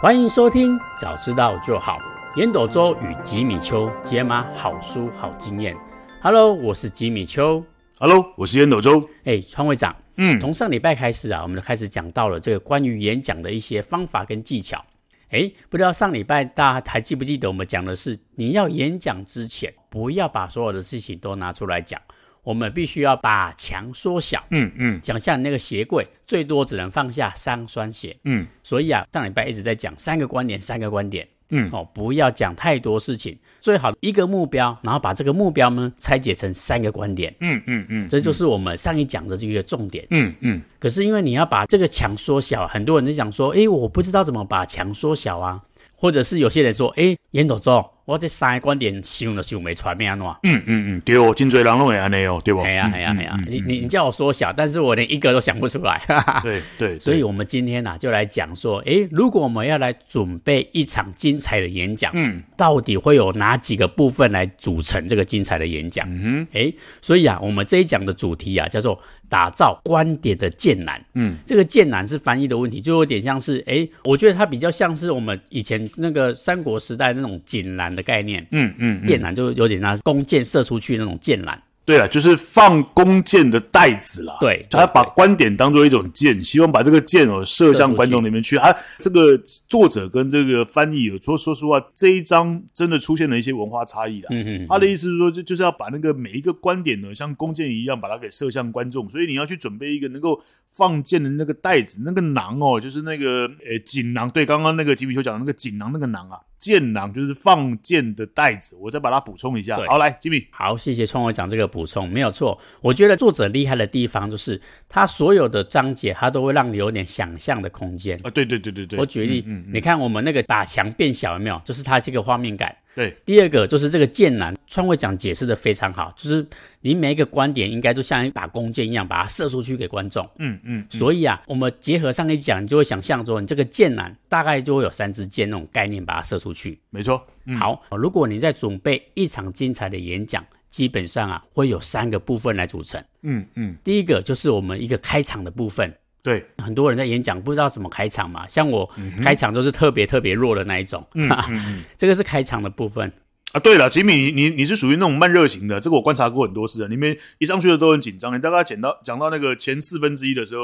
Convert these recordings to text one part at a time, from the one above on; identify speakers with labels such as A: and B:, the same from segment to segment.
A: 欢迎收听《早知道就好》，烟斗周与吉米秋解码好书好经验。Hello，我是吉米秋。
B: Hello，我是烟斗周。
A: 哎，川会长，
B: 嗯，
A: 从上礼拜开始啊，我们就开始讲到了这个关于演讲的一些方法跟技巧。哎，不知道上礼拜大家还记不记得我们讲的是，你要演讲之前，不要把所有的事情都拿出来讲，我们必须要把墙缩小。
B: 嗯嗯
A: 讲像你那个鞋柜，最多只能放下三双鞋。
B: 嗯
A: 所以啊，上礼拜一直在讲三个观点，三个观点。
B: 嗯
A: 哦，不要讲太多事情，最好一个目标，然后把这个目标呢拆解成三个观点，
B: 嗯嗯嗯
A: 这就是我们上一讲的这个重点。
B: 嗯嗯
A: 可是因为你要把这个墙缩小，很多人就想说，诶，我不知道怎么把墙缩小啊，或者是有些人说，诶，严斗中，我这三个观点想都想不出来，要安怎么办？
B: 嗯嗯嗯，对哦，真侪人拢会安尼哦，对不？
A: 哎呀哎呀哎呀，
B: 嗯
A: 你你你叫我缩小，但是我连一个都想不出来。哈哈
B: 对对，
A: 所以，我们今天呢、就来讲说，诶，如果我们要来准备一场精彩的演讲，
B: 嗯
A: 到底会有哪几个部分来组成这个精彩的演讲？
B: 嗯
A: 诶，所以啊，我们这一讲的主题啊，叫做打造观点的剑栏。
B: 嗯，
A: 这个剑栏是翻译的问题，就有点像是，诶，我觉得它比较像是我们以前那个三国时代那种锦篮的概念。
B: 嗯嗯嗯，
A: 剑篮就有点像弓箭射出去那种箭篮，
B: 对了，就是放弓箭的袋子啦。
A: 对
B: 他嗯把观点当做一种箭，希望把这个箭哦射向观众那边去。他这个作者跟这个翻译有说，说实话，这一章真的出现了一些文化差异啦。
A: 嗯嗯，
B: 他的意思是说，就就是要把那个每一个观点呢，像弓箭一样，把它给射向观众。所以你要去准备一个能够放箭的那个袋子，那个囊哦，就是那个呃锦囊。对，刚刚那个吉米丘讲的那个锦囊，那个囊啊，箭囊就是放箭的袋子。我再把它补充一下
A: 对。
B: 好，来，吉米，
A: 好，谢谢创会长这个补充，没有错。我觉得作者厉害的地方就是他所有的章节，他都会让你有点想象的空间。
B: 啊，对对嗯对对对，
A: 我举例，你看我们那个把墙变小有没有？就是它是一个画面感。
B: 嗯对，
A: 第二个就是这个剑栏，川会长解释的非常好，就是你每一个观点应该就像一把弓箭一样，把它射出去给观众。
B: 嗯嗯，
A: 所以啊，我们结合上一讲，你就会想象说，你这个剑栏大概就会有三支箭那种概念，把它射出去。
B: 没错，嗯
A: 好，如果你在准备一场精彩的演讲，基本上啊会有三个部分来组成。
B: 嗯嗯，
A: 第一个就是我们一个开场的部分，
B: 对，
A: 很多人在演讲不知道怎么开场嘛，像我开场都是特别特别弱的那一种，
B: 嗯
A: 哈哈
B: 嗯嗯。
A: 这个是开场的部分。
B: 啊，对了，吉米，你你你是属于那种慢热型的，这个我观察过很多次啊。你们一上去的都很紧张，你大概讲到讲到那个前四分之一的时候，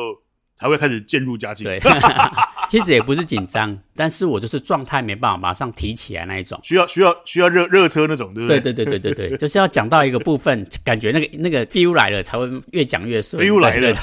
B: 才会开始渐入佳境。
A: 对， 其实也不是紧张，但是我就是状态没办法马上提起来那一种。
B: 需要需要需要热热车那种，对不
A: 对
B: 对？
A: 对对对对对，就是要讲到一个部分，感觉那个那个 feel 来了，才会越讲越顺。
B: feel 来
A: 对
B: 了，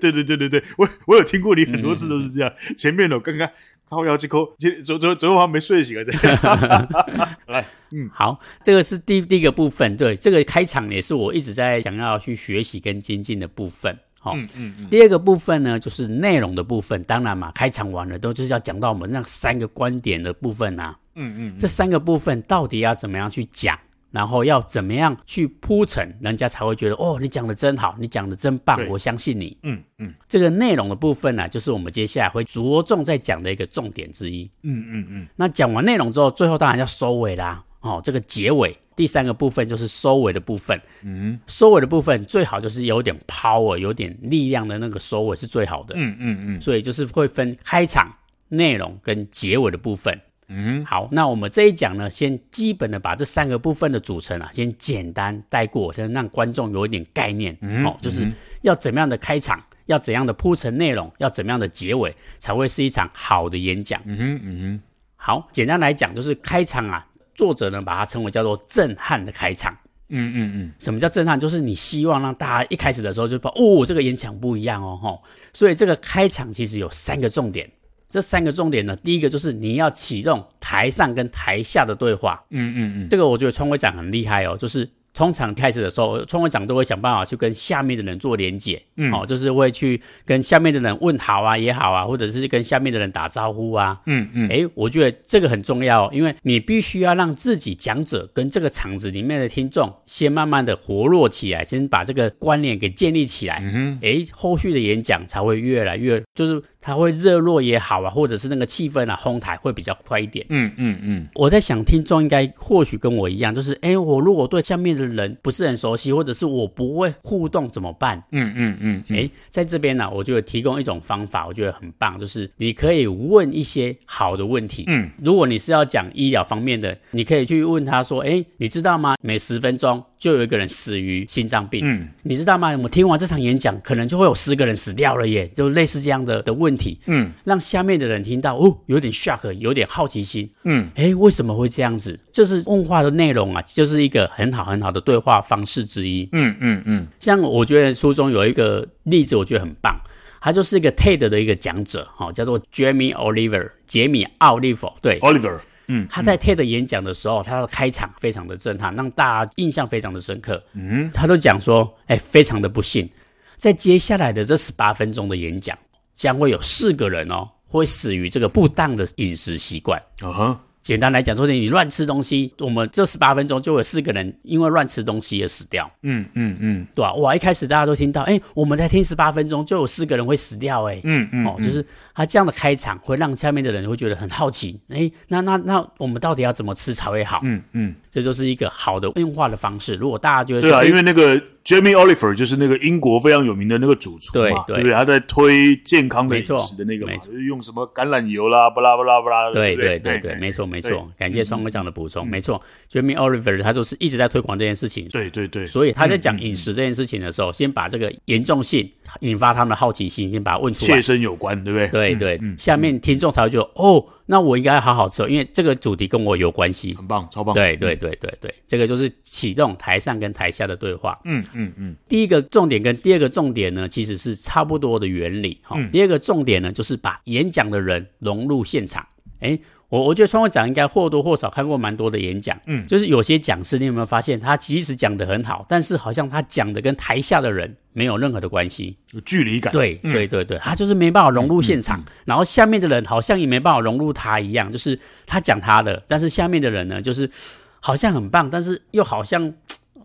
B: 对对对对对，我我有听过你很多次都是这样，前面的刚刚靠腰去抠，前昨昨昨天晚上没睡醒啊，这样。来，嗯
A: 好，这个是第第一个部分，对，这个开场也是我一直在想要去学习跟精进的部分。好、
B: 嗯嗯嗯，
A: 第二个部分呢，就是内容的部分。当然嘛，开场完了都就是要讲到我们那三个观点的部分啊。
B: 嗯嗯，
A: 这三个部分到底要怎么样去讲，然后要怎么样去铺陈，人家才会觉得哦，你讲的真好，你讲的真棒，
B: 对
A: 我相信你。
B: 嗯嗯
A: 这个内容的部分呢、就是我们接下来会着重在讲的一个重点之一。
B: 嗯嗯嗯，
A: 那讲完内容之后，最后当然要收尾啦。哦，这个结尾第三个部分就是收尾的部分。嗯，收尾的部分最好就是有点 power，有点力量的那个收尾是最好的。
B: 嗯嗯嗯
A: 所以就是会分开场、内容跟结尾的部分。
B: 嗯，
A: 好，那我们这一讲呢，先基本的把这三个部分的组成啊，先简单带过，先让观众有一点概念。
B: 嗯
A: 哦，就是要怎么样的开场，要怎样的铺陈内容，要怎么样的结尾，才会是一场好的演讲。
B: 嗯哼嗯
A: 好，简单来讲就是开场啊，作者呢把它称为叫做震撼的开场。
B: 哼嗯嗯嗯，
A: 什么叫震撼？就是你希望让大家一开始的时候就把哦，这个演讲不一样哦，吼。所以这个开场其实有三个重点，这三个重点呢，第一个就是你要启动台上跟台下的对话，
B: 嗯嗯嗯，
A: 这个我觉得川会长很厉害哦，就是通常开始的时候，川会长都会想办法去跟下面的人做连接，
B: 嗯
A: 哦，就是会去跟下面的人问好啊也好啊，或者是跟下面的人打招呼啊。
B: 嗯嗯，
A: 诶，我觉得这个很重要、哦，因为你必须要让自己讲者跟这个场子里面的听众先慢慢的活络起来，先把这个关联给建立起来。
B: 嗯哼，
A: 诶，后续的演讲才会越来越，就是它会热络也好啊，或者是那个气氛啊烘抬会比较快一点。
B: 嗯嗯嗯，
A: 我在想，听众应该或许跟我一样，就是哎，诶我如果对下面的人不是很熟悉，或者是我不会互动怎么办？
B: 嗯嗯嗯嗯，
A: 哎，在这边呢、我就有提供一种方法，我觉得很棒，就是你可以问一些好的问题。
B: 嗯，
A: 如果你是要讲医疗方面的，你可以去问他说：“哎，你知道吗？每十分钟就有一个人死于心脏病。
B: 嗯，
A: 你知道吗？我们听完这场演讲，可能就会有十个人死掉了耶，就类似这样的的问题。
B: 嗯，
A: 让下面的人听到哦，有点 shock，有点好奇心。
B: 嗯，
A: 哎，为什么会这样子？这是问话的内容啊，就是一个很好很好的对话方式之一。
B: 嗯嗯嗯
A: 像我觉得书中有一个例子，我觉得很棒，他就是一个 TED 的一个讲者，哦，叫做 Jamie Oliver，杰米奥利弗，对。
B: ，Oliver，嗯
A: 他在 TED 演讲的时候，他的开场非常的震撼，让大家印象非常的深刻。
B: 嗯，
A: 他都讲说，哎，非常的不幸，在接下来的这十八分钟的演讲，将会有四个人哦，会死于这个不当的饮食习惯。
B: 啊哈，
A: 简单来讲，说你乱吃东西，我们这十八分钟就有四个人因为乱吃东西而死掉。
B: 嗯嗯嗯
A: 对啊，哇！一开始大家都听到，哎，我们才听十八分钟，就有四个人会死掉，哎、
B: 嗯嗯，
A: 哦，就是他这样的开场会让下面的人会觉得很好奇，哎，那那那我们到底要怎么吃才会好？
B: 嗯嗯，
A: 这就是一个好的运化的方式。如果大家觉得
B: 对啊，
A: 说
B: 因为那个 Jamie Oliver 就是那个英国非常有名的那个主厨
A: 对
B: 嘛，
A: 对
B: 对不对？他在推健康的
A: 没
B: 饮
A: 错
B: 食的那个嘛，
A: 没
B: 就是用什么橄榄油啦，巴拉巴拉巴拉的，
A: 对对
B: 对不对
A: 对对，
B: 哎
A: 没错没
B: 对嗯
A: 错，感谢双哥长的补充，没错，Jamie Oliver 他就是一直在推广这件事情，
B: 对嗯对对，
A: 所以他在讲饮食这件事情的时候，先把这个严重性引发他们的好奇心，先把它问出来
B: 切，身有关，对不对？
A: 对
B: 嗯
A: 对，
B: 嗯，
A: 下面听众才会觉得哦，那我应该好好吃哦，因为这个主题跟我有关系。
B: 很棒，超棒，
A: 对对对对对，这个就是启动台上跟台下的对话。
B: 嗯，嗯嗯
A: 第一个重点跟第二个重点呢，其实是差不多的原理哈、
B: 嗯
A: 第二个重点呢，就是把演讲的人融入现场。哎，我我觉得创会长应该或多或少看过蛮多的演讲，
B: 嗯
A: 就是有些讲师，你有没有发现他即使讲得很好，但是好像他讲的跟台下的人没有任何的关系。
B: 有距离感，
A: 对对对对，他就是没办法融入现场，然后下面的人好像也没办法融入他一样，就是他讲他的，但是下面的人呢，就是好像很棒，但是又好像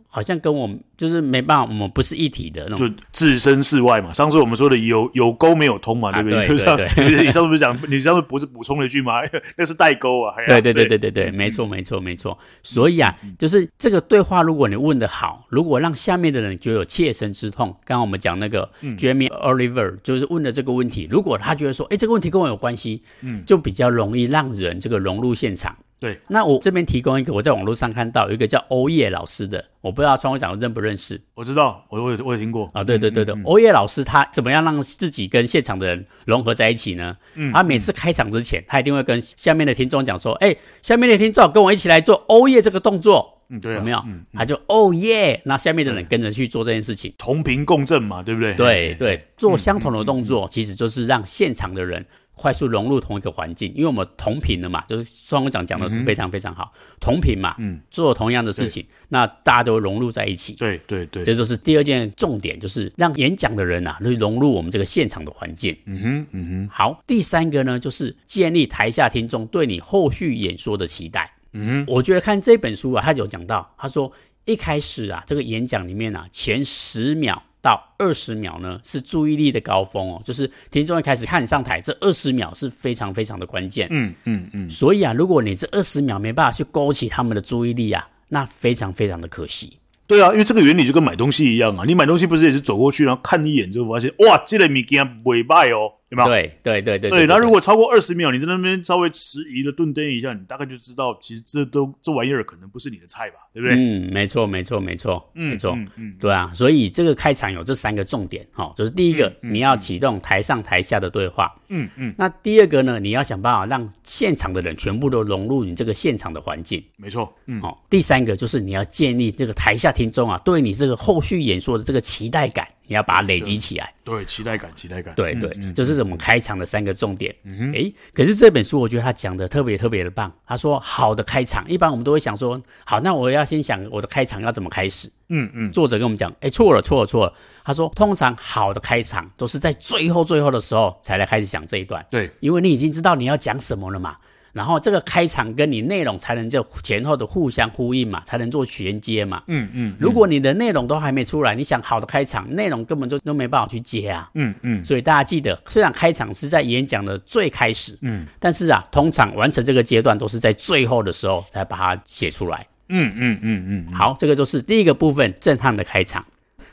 A: 好像跟我们就是没办法，我们不是一体的那种。
B: 就置身事外嘛。上次我们说的有有沟没有通嘛，
A: 啊
B: 对不对？
A: 对
B: 就像
A: 对
B: 你上次不是讲，你上次不是补充了一句吗？ 那是代沟啊。哎呀
A: 对对对对对对，没错没错没错。所以啊，就是这个对话，如果你问的好，如果让下面的人觉得有切身之痛，刚刚我们讲那个 Jamie Oliver 就是问的这个问题，如果他觉得说，哎，这个问题跟我有关系，嗯，就比较容易让人这个融入现场。
B: 对，
A: 那我这边提供一个，我在网络上看到有一个叫欧叶老师的，我不知道川会长认不认识
B: 我知道，我我有我有听过
A: 啊？对对对对，
B: 嗯
A: 欧叶老师他怎么样让自己跟现场的人融合在一起呢？嗯，他每次开场之
B: 嗯
A: 前，他一定会跟下面的听众讲说：“哎、下面的听众跟我一起来做欧叶这个动作，
B: 嗯，对啊，
A: 有没有？”他就哦耶，那下面的人跟着去做这件事情。
B: 同频共振嘛，对不对？嗯
A: 对
B: 哎，
A: 对，做相同的动作，其实就是让现场的人快速融入同一个环境，因为我们同频了嘛，就是双工长讲的非常非常好，同频嘛，
B: 嗯，
A: 做同样的事情，那大家都融入在一起。
B: 对对对，
A: 这就是第二件重点，就是让演讲的人啊，融入我们这个现场的环境。
B: 嗯哼嗯哼
A: 好，第三个呢，就是建立台下听众对你后续演说的期待。
B: 嗯
A: 我觉得看这本书啊，他有讲到，他说一开始啊，这个演讲里面啊，前十秒到二十秒呢是注意力的高峰哦，就是听众一开始看你上台，这二十秒是非常非常的关键。
B: 嗯嗯嗯，
A: 所以啊，如果你这二十秒没办法去勾起他们的注意力啊，那非常非常的可惜。
B: 对啊，因为这个原理就跟买东西一样啊，你买东西不是也是走过去，然后看一眼就发现，哇，这个米件尾卖哦，有没有？
A: 对对对对
B: 对，然后如
A: 果
B: 果超过二十秒，你在那边稍微迟疑的顿蹬一下，你大概就知道，其实这都这玩意儿可能不是你的菜吧，对不对？
A: 嗯，没错没错没错，
B: 嗯，
A: 没错。
B: 嗯嗯
A: 对啊，所以这个开场有这三个重点，哦，就是第一个，你要启动台上台下的对话，
B: 嗯嗯，
A: 那第二个呢，你要想办法让现场的人全部都融入你这个现场的环境。
B: 没错，嗯
A: 哦，第三个就是你要建立这个台下听众啊，对你这个后续演说的这个期待感，你要把它累积起来。
B: 对，期待感，期待感，
A: 对
B: 嗯
A: 对，
B: 嗯
A: 这是我们开场的三个重点。嗯诶，可是这本书我觉得他讲的特别特别的棒。他说好的开场，一般我们都会想说，好，那我要先想我的开场要怎么开始。
B: 嗯嗯，
A: 作者跟我们讲，哎，错了，错了，错了。他说，通常好的开场都是在最后最后的时候才来开始想这一段，
B: 对，
A: 因为你已经知道你要讲什么了嘛。然后这个开场跟你内容才能就前后的互相呼应嘛，才能做衔接嘛。
B: 嗯嗯，
A: 如果你的内容都还没出来，你想好的开场内容根本就都没办法去接啊。
B: 嗯嗯
A: 所以大家记得，虽然开场是在演讲的最开始，
B: 嗯
A: 但是啊，通常完成这个阶段都是在最后的时候才把它写出来。
B: 嗯嗯嗯嗯，
A: 好，这个就是第一个部分震撼的开场。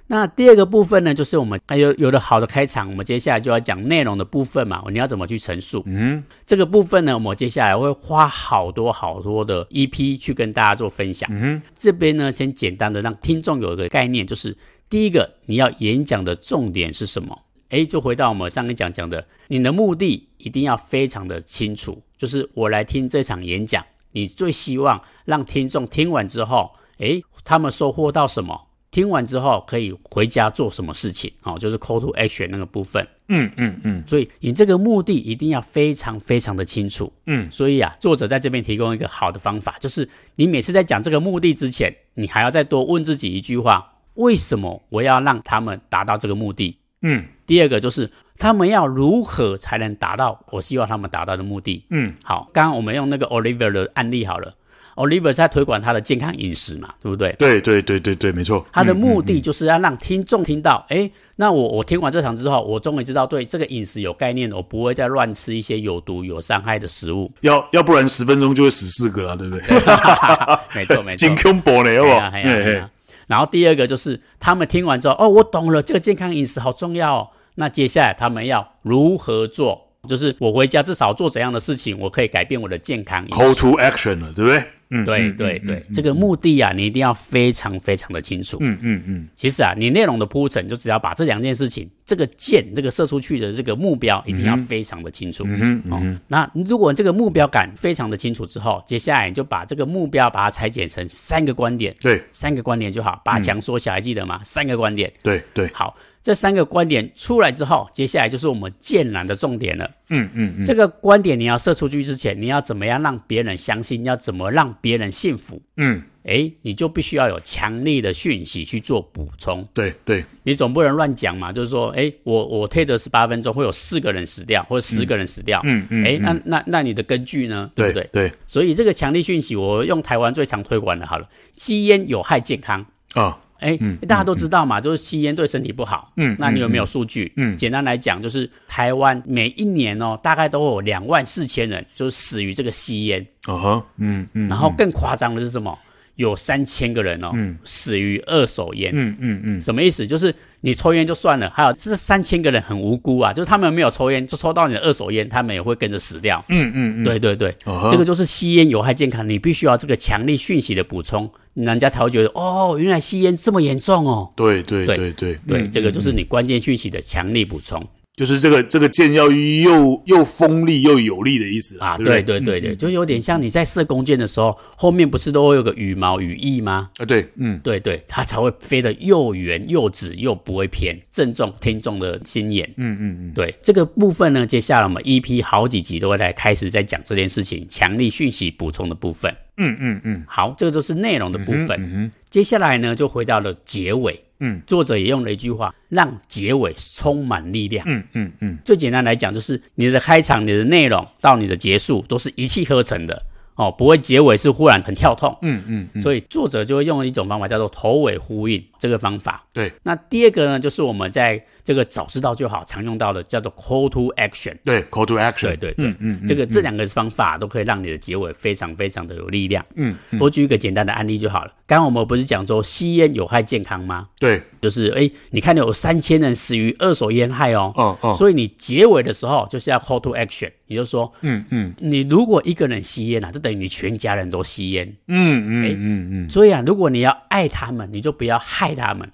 A: 那第二个部分呢，就是我们哎有有了好的开场，我们接下来就要讲内容的部分嘛，你要怎么去陈述？
B: 嗯
A: 这个部分呢，我们接下来会花好多好多的 EP 去跟大家做分享。
B: 嗯
A: 这边呢，先简单的让听众有一个概念，就是第一个，你要演讲的重点是什么？诶，就回到我们上一讲讲的，你的目的一定要非常的清楚，就是我来听这场演讲，你最希望让听众听完之后，诶，他们收获到什么？听完之后可以回家做什么事情？哦，就是 call to action 那个部分。
B: 嗯嗯嗯
A: 所以你这个目的一定要非常非常的清楚。
B: 嗯
A: 所以啊，作者在这边提供一个好的方法，就是你每次在讲这个目的之前，你还要再多问自己一句话：为什么我要让他们达到这个目的？
B: 嗯
A: 第二个就是他们要如何才能达到我希望他们达到的目的？
B: 嗯
A: 好，刚刚我们用那个 Oliver 的案例好了，Oliver 是在推广他的健康饮食嘛，对不对？
B: 对对对对对，没错，
A: 他的目的就是要让听众听到，哎、那我我听完这场之后，我终于知道对这个饮食有概念了，我不会再乱吃一些有毒有伤害的食物。
B: 要要不然十分钟就会死四个了，对不对？
A: 没错 没错
B: 真，恐怖嘞，
A: 嘿
B: 好不
A: 呀嘿呀啊嘿呀然后第二个就是他们听完之后，哦，我懂了，这个健康饮食好重要哦。那接下来他们要如何做？就是我回家至少做怎样的事情，我可以改变我的健康饮
B: c a l
A: 食。
B: to action 了，对不对？嗯，
A: 对对对，这个目的啊，你一定要非常非常的清楚。
B: 嗯嗯嗯
A: 其实啊，你内容的铺陈，就只要把这两件事情，这个箭，这个射出去的这个目标，一定要非常的清楚。
B: 嗯嗯
A: 哦，那如果这个目标感非常的清楚之后，接下来你就把这个目标把它裁剪成三个观点，
B: 对
A: 三个观点就好，把
B: 嗯
A: 墙缩小，还记得吗？三个观点。
B: 对对，
A: 好，这三个观点出来之后，接下来就是我们建然的重点了。
B: 嗯嗯嗯
A: 这个观点你要射出去之前，你要怎么样让别人相信？要怎么让别人信服？
B: 嗯，
A: 诶，你就必须要有强力的讯息去做补充，
B: 对对，
A: 你总不能乱讲嘛。就是说，诶，我我推的十八分钟会有四个人死掉，或者十个人死掉。
B: 嗯嗯
A: 诶，那那那你的根据呢？对
B: 对
A: 不对？
B: 对
A: 所以这个强力讯息，我用台湾最常推广的好了，吸烟有害健康。
B: 啊，
A: 哎，大家都知道嘛，就是吸烟对身体不好。
B: 嗯
A: 那你有没有数据？
B: 嗯
A: 简单来讲，就是台湾每一年哦，大概都会有两万四千人就是死于这个吸烟，
B: 啊哈，嗯嗯，
A: 然后更夸张的是什么？有三千个人哦，死于二手烟。
B: 嗯嗯嗯
A: 什么意思？就是你抽烟就算了，还有这三千个人很无辜啊，就是他们没有抽烟，就抽到你的二手烟，他们也会跟着死掉。
B: 嗯嗯嗯，
A: 对对对，
B: 啊哈
A: 这个就是吸烟有害健康，你必须要这个强力讯息的补充，人家才会觉得哦，原来吸烟这么严重哦。
B: 对对对对嗯
A: 对，这个就是你关键讯息的强力补充
B: 就是这个这个箭要又又锋利又有力的意思
A: 啊！
B: 对不对嗯
A: 对对对对，就有点像你在射弓箭的时候，后面不是都会有个羽毛羽翼吗？
B: 啊，对，嗯
A: 对对，它才会飞得又圆又直又不会偏，正中听众的心眼。
B: 嗯嗯
A: 对这个部分呢，接下来我们 EP 好几集都会来开始在讲这件事情，强力讯息补充的部分。
B: 嗯嗯嗯嗯
A: 好，这个就是内容的部分。
B: 嗯
A: 接下来呢，就回到了结尾。
B: 嗯
A: 作者也用了一句话，让结尾充满力量。
B: 嗯嗯嗯
A: 最简单来讲，就是你的开场、你的内容到你的结束都是一气呵成的哦，不会结尾是忽然很跳痛。
B: 嗯嗯嗯，
A: 所以作者就会用一种方法叫做头尾呼应这个方法。
B: 对
A: 那第二个呢，就是我们在这个早知道就好常用到的叫做 call to action。
B: 对，call to action，
A: 对对对，
B: 嗯嗯
A: 这个这两个方法都可以让你的结尾非常非常的有力量。
B: 嗯
A: 我举一个简单的案例就好了。刚刚我们不是讲说吸烟有害健康吗？
B: 对，
A: 就是哎，你看有三千人死于二手烟害哦。
B: 哦哦，
A: 所以你结尾的时候就是要 call to action，也就是说，
B: 嗯嗯
A: 你如果一个人吸烟啊，就等于你全家人都吸烟。
B: 嗯嗯嗯嗯
A: 所以啊，如果你要爱他们，你就不要害他们，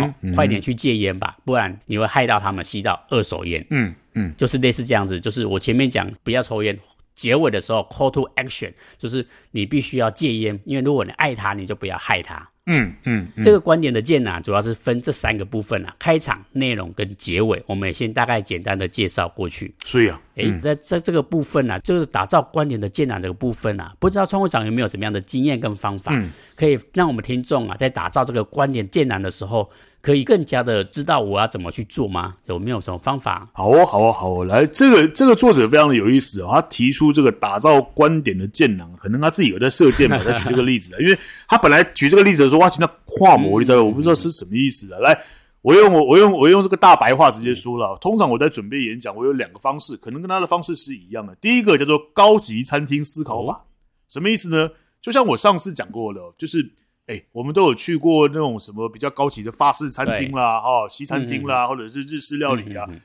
A: 哦
B: 嗯，
A: 快点去戒烟吧，不然你会害到他们吸到二手烟。
B: 嗯嗯
A: 就是类似这样子，就是我前面讲不要抽烟，结尾的时候 call to action，就是你必须要戒烟，因为如果你爱他，你就不要害他。
B: 嗯嗯
A: 这个观点的建啊，主要是分这三个部分啊，开场、内容跟结尾，我们也先大概简单的介绍过去。
B: 所以啊，
A: 诶，哎在在这个部分呢、啊，就是打造观点的建览这个部分啊，不知道创会长有没有怎么样的经验跟方法，可以让我们听众啊，在打造这个观点建览的时候，可以更加的知道我要怎么去做吗？有没有什么方法？
B: 好哦，好哦，好哦，来，这个这个作者非常的有意思哦，他提出这个打造观点的箭囊，可能他自己有在射箭嘛，他举这个 例子，啊因为他本来举这个例子的时候，哇，那跨模，你
A: 嗯
B: 知道，我不知道是什么意思的。来，我用我我用我用这个大白话直接说了哦，通常我在准备演讲，我有两个方式，可能跟他的方式是一样的。第一个叫做高级餐厅思考
A: 哦
B: 法，什么意思呢？就像我上次讲过的哦，就是。哎，我们都有去过那种什么比较高级的法式餐厅啦，哦，西餐厅啦，或者是日式料理啊，
A: 嗯嗯嗯嗯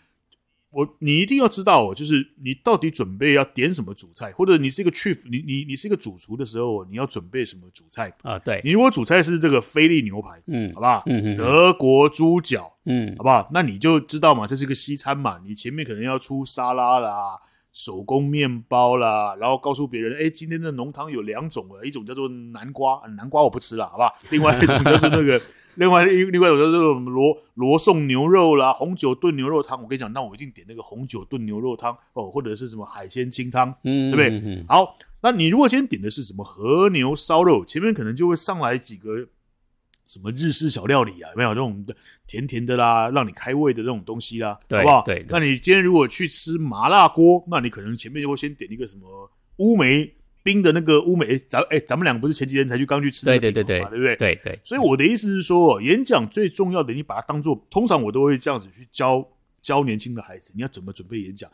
B: 我你一定要知道哦，就是你到底准备要点什么主菜，或者你是一个去你你你是一个主厨的时候，哦你要准备什么主菜？
A: 啊，对，
B: 你如果主菜是这个菲力牛排，
A: 嗯
B: 好不好？
A: 嗯嗯
B: 德国猪脚，
A: 嗯
B: 好不好？那你就知道嘛，这是一个西餐嘛，你前面可能要出沙拉啦。手工面包啦，然后告诉别人，哎，今天的浓汤有两种了，一种叫做南瓜，呃南瓜我不吃了，好不好？ 另外一种就是那个， 另外一另外一种叫做什么罗罗宋牛肉啦，红酒炖牛肉汤。我跟你讲，那我一定点那个红酒炖牛肉汤哦，或者是什么海鲜清汤，
A: 嗯，
B: 对不
A: 嗯？嗯
B: 好，那你如果今天点的是什么和牛烧肉，前面可能就会上来几个什么日式小料理啊，有没有那种甜甜的啦，让你开胃的那种东西啦，
A: 对
B: 好不好？
A: 对对
B: 那你今天如果去吃麻辣锅，那你可能前面就会先点一个什么乌梅冰的那个乌梅，咱哎咱们俩不是前几天才去刚去吃那
A: 对对对
B: 个饼
A: 对
B: 嘛对不对？
A: 嗯对对，
B: 所以我的意思是说，哦演讲最重要的，你把它当做，通常我都会这样子去教教年轻的孩子，你要怎么准备演讲，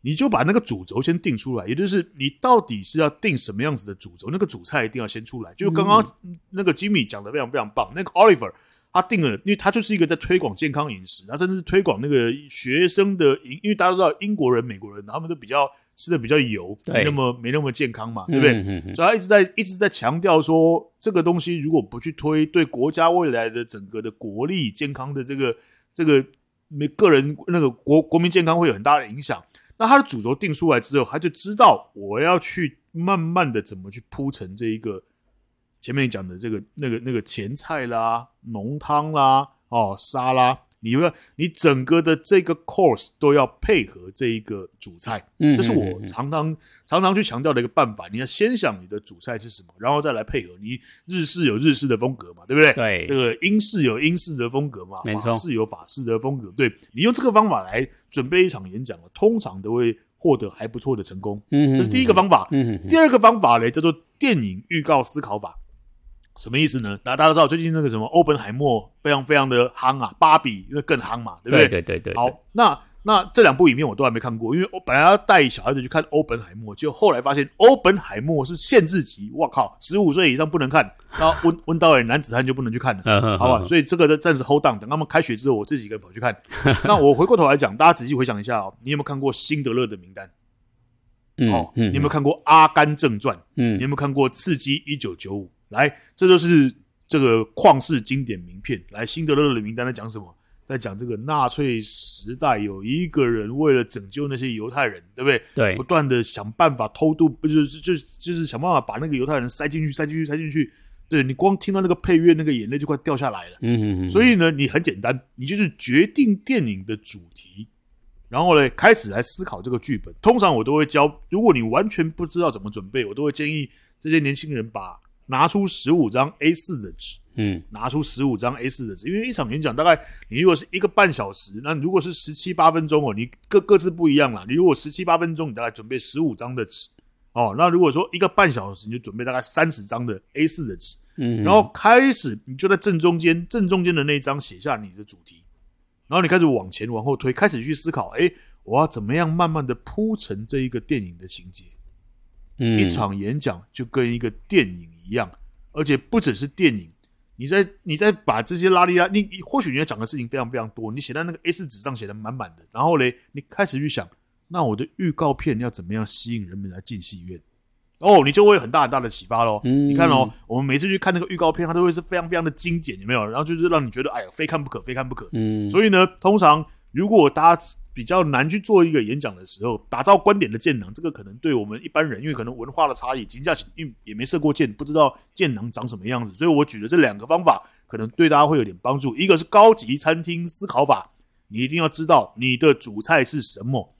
B: 你就把那个主轴先定出来，也就是你到底是要定什么样子的主轴，那个主菜一定要先出来。就刚刚
A: 嗯
B: 那个 Jimmy 讲的非常非常棒，那个 Oliver 他定了，因为他就是一个在推广健康饮食，他甚至是推广那个学生的饮，因为大家都知道英国人、美国人他们都比较吃的比较油，
A: 对
B: 没那么没那么健康嘛，对不对？
A: 嗯嗯嗯
B: 所以他一直在一直在强调说，这个东西如果不去推，对国家未来的整个的国力、健康的这个这个每个人那个国国民健康会有很大的影响。那他的主轴定出来之后，他就知道我要去慢慢的怎么去铺成这一个前面讲的这个那个那个前菜啦、浓汤啦、哦沙拉，你要你整个的这个 course 都要配合这一个主菜。
A: 嗯
B: 这是
A: 嗯
B: 我
A: 嗯嗯
B: 常常常常去强调的一个办法。你要先想你的主菜是什么，然后再来配合。你日式有日式的风格嘛，对不对？
A: 嗯对
B: 这个英式有英式的风格嘛，
A: 没
B: 法
A: 错
B: 式有法式的风格。对你用这个方法来准备一场演讲，啊通常都会获得还不错的成功。
A: 嗯，
B: 这是第一个方法。
A: 嗯，嗯嗯
B: 第二个方法呢，叫做电影预告思考法。什么意思呢？那大家都知道最近那个什么欧本海默非常非常的夯啊，芭比那更夯嘛，对不
A: 对对对对，
B: 好，那那这两部影片我都还没看过，因为我本来要带小孩子去看《欧本海默》，结果后来发现《欧本海默》是限制级，我靠，十五岁以上不能看，然后温温导演男子汉就不能 去看了。
A: 嗯，嗯
B: 好吧，
A: 嗯
B: 所以这个的暂时 hold down，等他们开学之后，我自己一个人跑去看。那我回过头来讲，大家仔细回想一下哦，你有没有看过《辛德勒的名单》？
A: 嗯
B: 哦，
A: 嗯
B: 你有没有看过《阿甘正传》？你
A: 嗯
B: 有没有看过《刺激一九九五》？来，这就是这个旷世经典名片。来，《辛德勒的名单》在讲什么？在讲这个纳粹时代有一个人为了拯救那些犹太人，对不对？
A: 对
B: 不断的想办法偷渡，不就是就是就是想办法把那个犹太人塞进去，塞进去，塞进去。对你光听到那个配乐，那个眼泪就快掉下来了。
A: 嗯嗯嗯，
B: 所
A: 以
B: 以呢，你很简单，你就是决定电影的主题，然后呢，开始来思考这个剧本。通常我都会教，如果你完全不知道怎么准备，我都会建议这些年轻人把拿出十五张 A 四的纸，
A: 嗯
B: 拿出十五张 A 四的纸，因为一场演讲大概你如果是一个半小时，那如果是十七八分钟哦，你各各自不一样啦。你如果十七八分钟，你大概准备十五张的纸哦。那如果说一个半小时，你就准备大概三十张的 A 四的纸。
A: 嗯，
B: 然后开始你就在正中间，正中间的那一张写下你的主题，然后你开始往前往后推，开始去思考，哎，我要怎么样慢慢的铺成这一个电影的情节。一
A: 一
B: 场演讲就跟一个电影一样，而且不只是电影。你在你在把这些拉力拉，你你或许你要讲的事情非常非常多，你写在那个 A 4纸上写的满满的，然后嘞，你开始去想，那我的预告片要怎么样吸引人们来进戏院？哦，你就会有很大很大的启发咯。
A: 嗯
B: 你看哦，我们每次去看那个预告片，它都会是非常非常的精简，有没有？然后就是让你觉得，哎呀，非看不可，非看不可。
A: 嗯，
B: 所以呢，通常如果大家比较难去做一个演讲的时候，打造观点的建囊，这个可能对我们一般人，因为可能文化的差异，金价因为嗯也没射过箭，不知道建囊长什么样子，所以我举的这两个方法，可能对大家会有点帮助。一个是高级餐厅思考法，你一定要知道你的主菜是什么。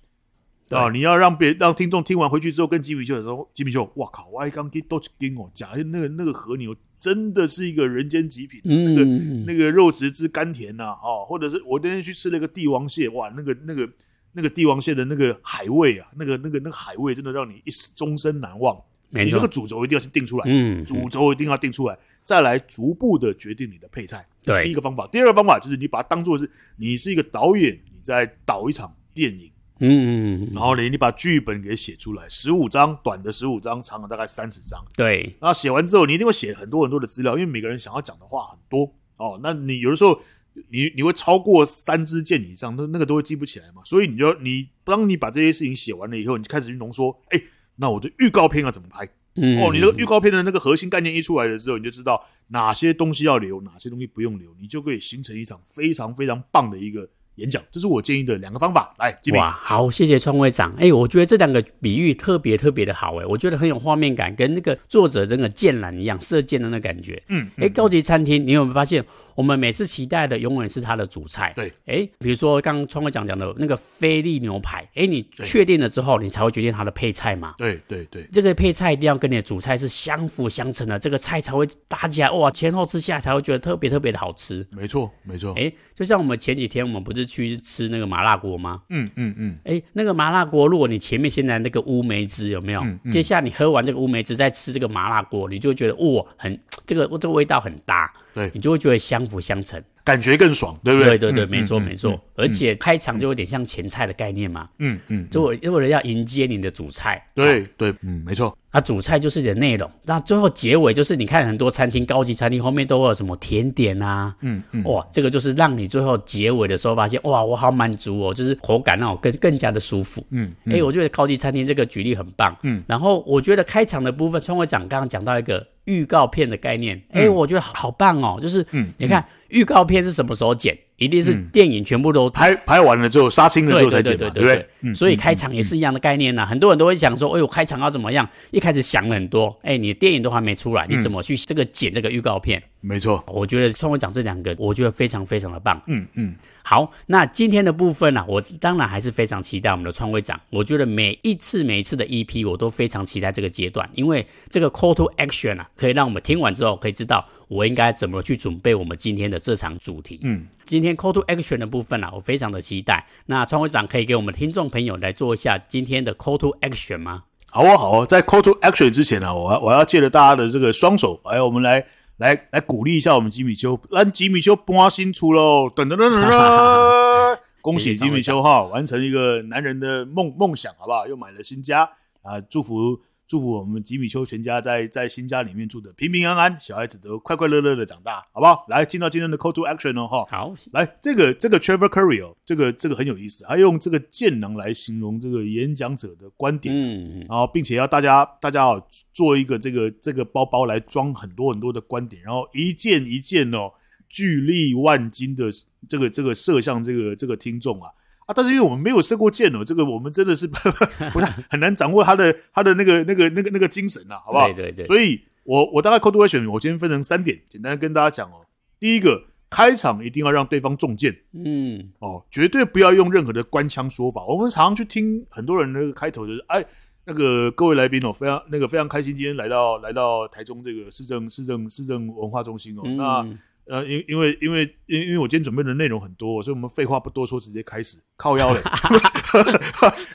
B: 啊，你要让别让听众听完回去之后，跟吉米秀说：“吉米秀，哇靠，我刚给都是给我夹那个那个和牛，真的是一个人间极品，那个
A: 嗯，
B: 那个肉质之甘甜呐、啊，哦，或者是我那天去吃那个帝王蟹，哇，那个那个那个帝王蟹的那个海味啊，那个那个那个海味真的让你一时终身难忘。
A: 没
B: 你那
A: 错
B: 个，主轴一定要先定出来，
A: 嗯，
B: 主轴一定要定出来，再来逐步的决定你的配菜。这是
A: 对
B: 第一个方法。第二个方法就是你把它当做是你是一个导演，你在导一场电影，
A: 嗯，嗯嗯
B: 然后呢，你把剧本给写出来，十五章，短的十五章，长的大概三十章。
A: 对，
B: 那写完之后，你一定会写很多很多的资料，因为每个人想要讲的话很多哦。那你有的时候，你你会超过三支箭以上，那那个都会记不起来嘛。所以你就你当你把这些事情写完了以后，你就开始去浓缩，哎，那我的预告片啊要怎么拍？
A: 嗯，
B: 哦，你那个预告片的那个核心概念一出来的时候，你就知道哪些东西要留，哪些东西不用留，你就可以形成一场非常非常棒的一个演讲。这是我建议的两个方法。来，金明，
A: 哇，好，谢谢创会长。哎，我觉得这两个比喻特别特别的好，哎，我觉得很有画面感，跟那个作者那个剑兰一样，射箭的那感觉。
B: 嗯，
A: 哎，高级餐厅，你有没有发现，我们每次期待的永远是它的主菜？
B: 对，
A: 哎，比如说刚刚川会讲讲的那个菲力牛排，哎，你
B: 对
A: 确定了之后，你才会决定它的配菜嘛？
B: 对对对，
A: 这个配菜一定要跟你的主菜是相辅相成的，这个菜才会搭起来，哇，前后吃下来才会觉得特别特别的好吃。
B: 没错没错。
A: 哎，就像我们前几天我们不是去吃那个麻辣锅吗？
B: 嗯嗯嗯，
A: 哎，那个麻辣锅，如果你前面先来那个乌梅汁有没有？
B: 嗯嗯
A: 接下来你喝完这个乌梅汁，再吃这个麻辣锅，你就会觉得哇，很这个这个味道很搭，
B: 对
A: 你就会觉得相辅相成。
B: 感觉更爽，对不
A: 对
B: 对？
A: 对对，
B: 嗯
A: 没错
B: 嗯
A: 没错。而且开场就有点像前菜的概念嘛，
B: 嗯嗯，
A: 就为为了要迎接你的主菜。
B: 对对，嗯，没错，
A: 那啊主菜就是你的内容，那最后结尾就是你看很多餐厅、高级餐厅后面都会有什么甜点啊，
B: 嗯嗯，
A: 哇，这个就是让你最后结尾的时候发现，哇，我好满足哦，就是口感让我更更加的舒服。
B: 嗯，
A: 哎、我觉得高级餐厅这个举例很棒。
B: 嗯，
A: 然后我觉得开场的部分，川会长刚刚讲到一个预告片的概念，哎、我觉得好好棒哦。就是，
B: 嗯
A: 你看、预告片是什么时候剪？一定是电影全部都
B: 拍拍完了之后，杀青了之后才剪嘛，
A: 对
B: 不
A: 对
B: 对？嗯
A: 所以开场也是一样的概念呐、啊很多人都会想说，哎呦，开场要怎么样？一开始想了很多，哎，你电影都还没出来，你
B: 嗯
A: 怎么去这个剪这个预告片？
B: 没错，
A: 我觉得创会长这两个，我觉得非常非常的棒。
B: 嗯嗯，
A: 好，那今天的部分呢、我当然还是非常期待我们的创会长。我觉得每一次每一次的 EP，我都非常期待这个阶段，因为这个 call to action 啊，可以让我们听完之后可以知道我应该怎么去准备我们今天的这场主题。
B: 嗯，
A: 今天 call to action 的部分啊，我非常的期待。那创会长可以给我们听众朋友来做一下今天的 call to action 吗？
B: 好啊好啊，在 call to action 之前呢、啊我要我要借着大家的这个双手，哎，我们来来来鼓励一下我们吉米丘，让吉米丘搬新出喽，噔噔噔噔噔， 恭喜吉米丘哈，完成一个男人的梦梦想，好不好？又买了新家啊，祝福。祝福我们吉米丘全家在在新家里面住的平平安安，小孩子都快快乐乐的长大，好不好？来，进到今天的 call to action 哦，哈，
A: 好，
B: 来，这个这个 Trevor Curry 哦，这个这个很有意思，他用这个剑囊来形容这个演讲者的观点，
A: 嗯，
B: 然后并且要大家大家哦做一个这个这个包包来装很多很多的观点，然后一件一件哦巨力万斤的这个这个射向这个这个听众啊。啊！但是因为我们没有射过箭哦，这个我们真的是 不太很难掌握他的他的那个那个那个那个精神啊，好不好？
A: 对对对，
B: 所以我我大概 call to action，我今天分成三点，简单跟大家讲哦。第一个，开场一定要让对方中箭
A: 嗯，
B: 哦，绝对不要用任何的官腔说法。我们常常去听很多人那个开头就是，哎，那个各位来宾哦，非常那个非常开心，今天来到来到台中这个市政市政市政文化中心哦，那。
A: 嗯
B: 呃，因因为因为因因为我今天准备的内容很多，所以我们废话不多说，直接开始靠腰嘞。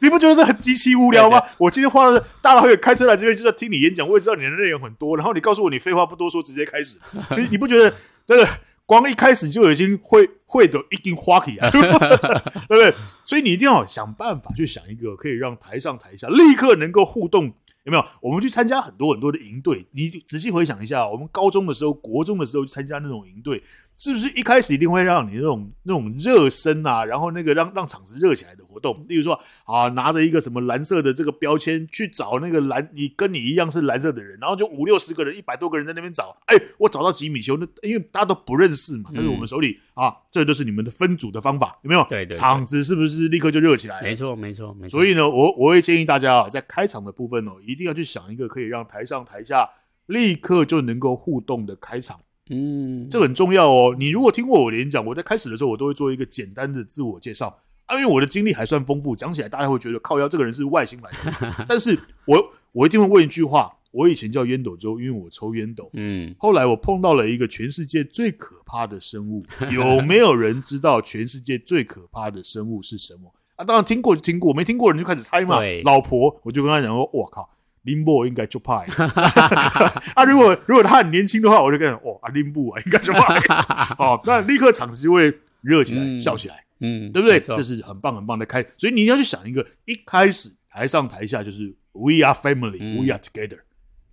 B: 你不觉得这很极其无聊吗？我今天花了大老远开车来这边，就是要听你演讲，我也知道你的内容很多，然后你告诉我你废话不多说，直接开始，你你不觉得这个光一开始就已经会会的一定花起来， 对不对？所以你一定要想办法去想一个可以让台上台下立刻能够互动有没有？我们去参加很多很多的营队，你仔细回想一下，我们高中的时候、国中的时候去参加那种营队，是不是一开始一定会让你那种那种热身啊，然后那个让让场子热起来的活动？例如说啊，拿着一个什么蓝色的这个标签去找那个蓝，你跟你一样是蓝色的人，然后就五六十个人、一百多个人在那边找，哎，我找到吉米修，那哎因为大家都不认识嘛，但是我们手里、啊，这就是你们的分组的方法，有没有？
A: 对对对
B: 场子是不是立刻就热起来了？
A: 没错没错没错，
B: 所以呢，我我会建议大家啊，在开场的部分哦，一定要去想一个可以让台上台下立刻就能够互动的开场，
A: 嗯，
B: 这个很重要哦。你如果听过我的演讲，我在开始的时候，我都会做一个简单的自我介绍。啊，因为我的经历还算丰富，讲起来大家会觉得靠腰这个人是外星来 的，但是我我一定会问一句话：我以前叫烟斗周，因为我抽烟斗。
A: 嗯，
B: 后来我碰到了一个全世界最可怕的生物，有没有人知道全世界最可怕的生物是什么？啊，当然听过就听过，没听过人就开始猜嘛
A: 对。
B: 老婆，我就跟他讲说，我靠，林波应该就怕欸。 啊，如果如果他很年轻的话，我就跟他讲，哦，啊，林布啊，应该就怕欸。 哦，那立刻场子就会热起来、
A: 嗯
B: 笑起来，
A: 嗯，
B: 对不对？
A: 没错
B: 这是很棒很棒的开，所以你要去想一个，一开始台上台下就是 we are family，、
A: 嗯
B: we are together。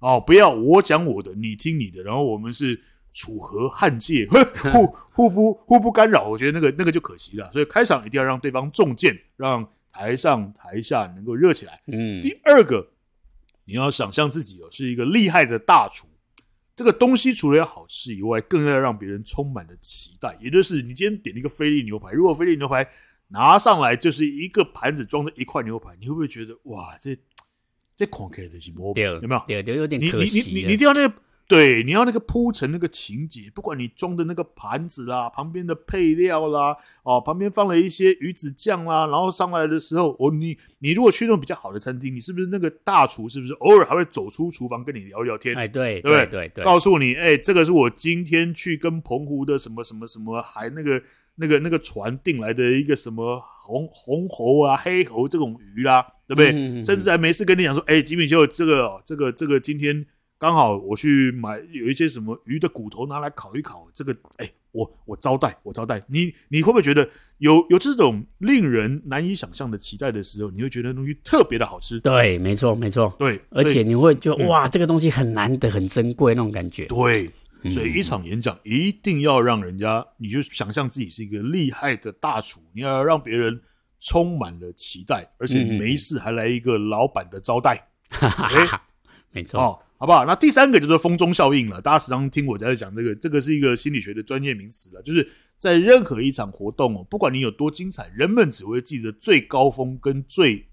B: 哦，不要我讲我的，你听你的，然后我们是楚河汉界， 互互不互不干扰，我觉得那个那个就可惜了。所以开场一定要让对方中箭，让台上台下能够热起来。
A: 嗯
B: 第二个，你要想象自己哦是一个厉害的大厨，这个东西除了要好吃以外，更要让别人充满了期待。也就是你今天点了一个菲力牛排，如果菲力牛排拿上来就是一个盘子装着一块牛排，你会不会觉得哇，这这狂开的是魔
A: 对，
B: 有没有？
A: 对对，有点
B: 你
A: 可
B: 你
A: 惜了
B: 你你你一定要那个对，你要那个铺陈那个情节，不管你装的那个盘子啦，旁边的配料啦，哦，旁边放了一些鱼子酱啦，然后上来的时候，哦，你你如果去那种比较好的餐厅，你是不是那个大厨是不是偶尔还会走出厨房跟你聊一聊天？
A: 哎，对
B: 对不对
A: 对对，
B: 告诉你，哎、这个是我今天去跟澎湖的什么什么什么海那个那个那个船订来的一个什么红红猴啊、黑猴这种鱼啦、对不对？
A: 嗯嗯嗯
B: 甚至还没事跟你讲说，哎、吉米秀这个哦这个这个今天刚好我去买有一些什么鱼的骨头拿来烤一烤，这个哎、我我招待我招待你，你会不会觉得有有这种令人难以想象的期待的时候，你会觉得那东西特别的好吃？
A: 对，没错没错，
B: 对，
A: 而
B: 所以
A: 且你会就
B: 嗯
A: 哇，这个东西很难得、很珍贵那种感觉。
B: 对，
A: 嗯
B: 所以一场演讲一定要让人家，你就想象自己是一个厉害的大厨，你要让别人充满了期待，而且
A: 嗯
B: 没事还来一个老板的招待，
A: 哈哈哈哈， 没错，
B: 哦，好不好？那第三个就是风中效应了。大家时常听我在讲这个，这个是一个心理学的专业名词了，就是在任何一场活动哦，不管你有多精彩，人们只会记得最高峰跟最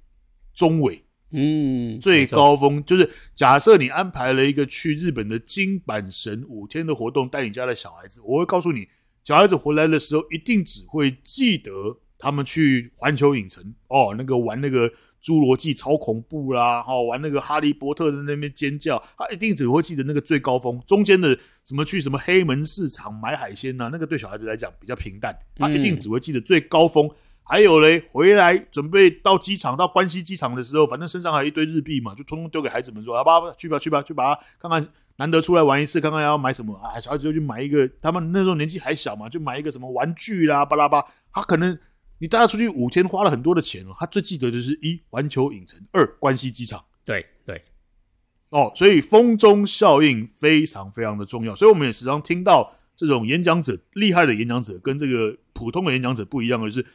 B: 中尾。
A: 嗯，
B: 最
A: 没错，
B: 高峰就是假设你安排了一个去日本的金板神五天的活动，带你家的小孩子，我会告诉你，小孩子回来的时候一定只会记得他们去环球影城哦，那个玩那个侏罗纪超恐怖啦，哦，玩那个哈利波特在那边尖叫，他一定只会记得那个最高峰，中间的什么去什么黑门市场买海鲜啊呐、那个对小孩子来讲比较平淡，他一定
A: 嗯
B: 只会记得最高峰。还有嘞，回来准备到机场，到关西机场的时候，反正身上还有一堆日币嘛，就通通丢给孩子们说：“啊，爸爸，去吧，去吧，去吧，看看难得出来玩一次，看看要买什么啊。”小孩子就去买一个，他们那时候年纪还小嘛，就买一个什么玩具啦，巴拉巴。他可能你带他出去五天，花了很多的钱哦。他最记得就是一环球影城，二关西机场。
A: 对对，
B: 哦，所以风中效应非常非常的重要，所以我们也时常听到这种演讲者厉害的演讲者跟这个普通的演讲者不一样的是，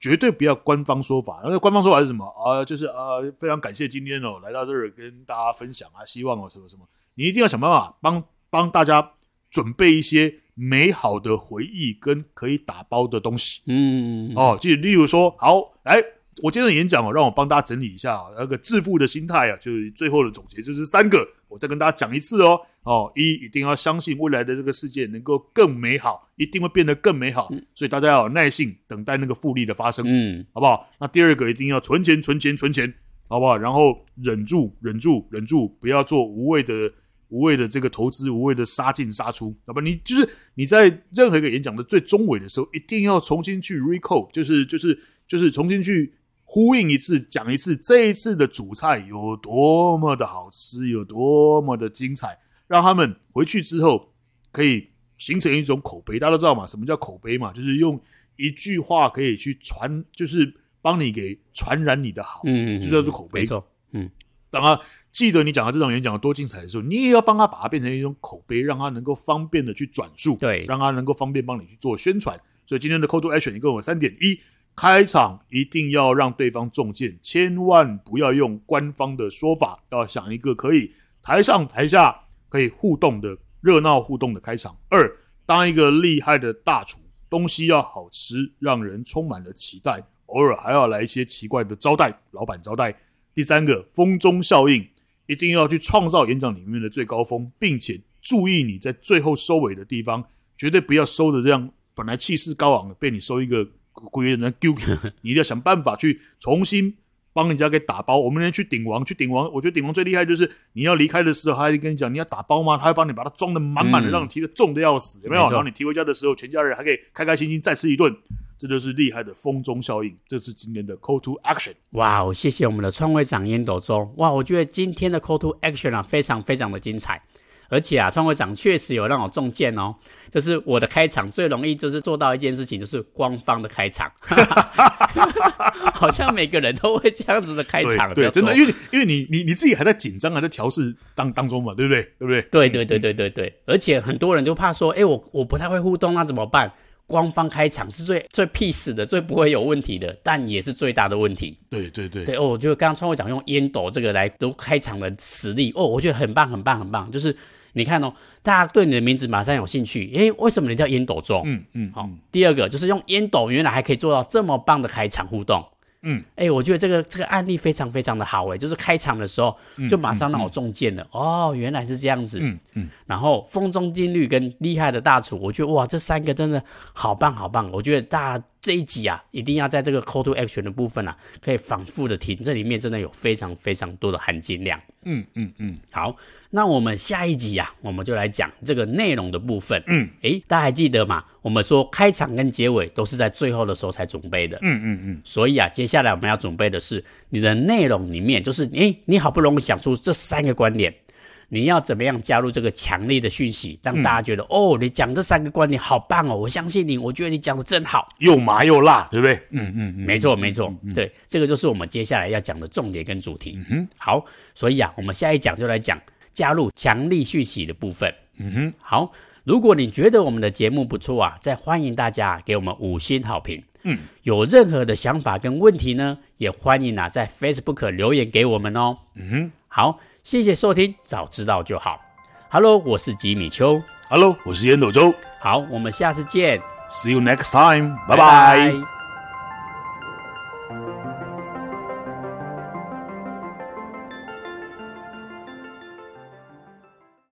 B: 绝对不要官方说法。那官方说法是什么啊、就是啊、非常感谢今天哦来到这儿跟大家分享啊，希望哦什么什么，你一定要想办法帮帮大家准备一些美好的回忆跟可以打包的东西。
A: 嗯，
B: 哦，就例如说，好，来，我今天的演讲哦，让我帮大家整理一下、哦、那个致富的心态啊，就是最后的总结就是三个，我再跟大家讲一次哦。哦，一一定要相信未来的这个世界能够更美好，一定会变得更美好，所以大家要有耐性等待那个复利的发生，
A: 嗯，
B: 好不好？那第二个一定要存钱，存钱，存钱，好不好？然后忍住，忍住，忍住，不要做无谓的。无谓的这个投资，无谓的杀进杀出，那么你就是你在任何一个演讲的最中尾的时候，一定要重新去 recall，就是就是就是重新去呼应一次，讲一次这一次的主菜有多么的好吃，有多么的精彩，让他们回去之后可以形成一种口碑。大家都知道嘛，什么叫口碑嘛，就是用一句话可以去传，就是帮你给传染你的好，
A: 嗯，
B: 就叫做口碑
A: 没错，嗯，
B: 当他记得你讲的这场演讲有多精彩的时候，你也要帮他把它变成一种口碑，让他能够方便的去转述，
A: 对
B: 让他能够方便帮你去做宣传。所以今天的 Call to Action 一共有三点：一，开场一定要让对方中箭，千万不要用官方的说法，要想一个可以台上台下可以互动的热闹互动的开场。二，当一个厉害的大厨，东西要好吃，让人充满了期待，偶尔还要来一些奇怪的招待，老板招待。第三个，风中效应，一定要去创造演讲里面的最高峰，并且注意你在最后收尾的地方，绝对不要收的这样，本来气势高昂的，被你收一个鬼人能丢，你一定要想办法去重新帮人家给打包。我们人去顶王，去顶王，我觉得顶王最厉害就是你要离开的时候，他还跟你讲你要打包吗？他会帮你把它装的满满的，
A: 嗯
B: 让你提的重的要死，有没有
A: 没？错
B: 然后你提回家的时候，全家人还可以开开心心再吃一顿，这就是厉害的风中效应。这是今年的 Call to Action。
A: 哇哦，谢谢我们的创会长烟斗周。哇，我觉得今天的 Call to Action 啊，非常非常的精彩。而且啊，创会长确实有让我中箭哦。就是我的开场最容易就是做到一件事情，就是官方的开 场，好像每个人都会这样子的开场。
B: 对，
A: 没有
B: 对真的，
A: 错
B: 因为你因为你你你自己还在紧张，还啊在调试当当中嘛，对不对？对不对？
A: 对对对对对对，而且很多人就怕说，哎，我我不太会互动，啊那怎么办？官方开场是最最 peace 的，最不会有问题的，但也是最大的问题。
B: 对对对
A: 对哦，我觉得刚刚创会长用烟斗这个来都开场的实力哦，我觉得很棒，很棒，很棒。就是你看哦，大家对你的名字马上有兴趣，诶，为什么你叫烟斗中？
B: 嗯嗯，
A: 好、
B: 嗯
A: 第二个就是用烟斗，原来还可以做到这么棒的开场互动。
B: 嗯，
A: 哎，我觉得这个这个案例非常非常的好哎，就是开场的时候就马上让我中箭了、哦，原来是这样子。
B: 嗯嗯，
A: 然后风中金律跟厉害的大厨，我觉得哇，这三个真的好棒好棒！我觉得大家这一集啊，一定要在这个 call to action 的部分啊，可以反复的听，这里面真的有非常非常多的含金量。
B: 嗯嗯嗯，
A: 好，那我们下一集啊，我们就来讲这个内容的部分。
B: 嗯，
A: 诶，大家还记得吗？我们说开场跟结尾都是在最后的时候才准备的。
B: 嗯嗯嗯，
A: 所以啊，接下来我们要准备的是你的内容里面，就是诶，你好不容易想出这三个观点，你要怎么样加入这个强烈的讯息，让大家觉得、哦，你讲这三个观点好棒哦，我相信你，我觉得你讲的真好。
B: 又麻又辣，对不对？嗯嗯嗯，
A: 没错，没错，对，这个就是我们接下来要讲的重点跟主题。嗯、好，所以啊，我们下一讲就来讲加入强力续息的部分。嗯
B: 哼，
A: 好，如果你觉得我们的节目不错啊，再欢迎大家给我们五星好评。
B: 嗯，
A: 有任何的想法跟问题呢，也欢迎啊在 Facebook 留言给我们哦。
B: 嗯哼
A: 好，谢谢收听，早知道就好。Hello，我是吉米秋。
B: ，Hello，我是烟斗周
A: 好，我们下次见，
B: ，See you next time，拜拜。
A: 拜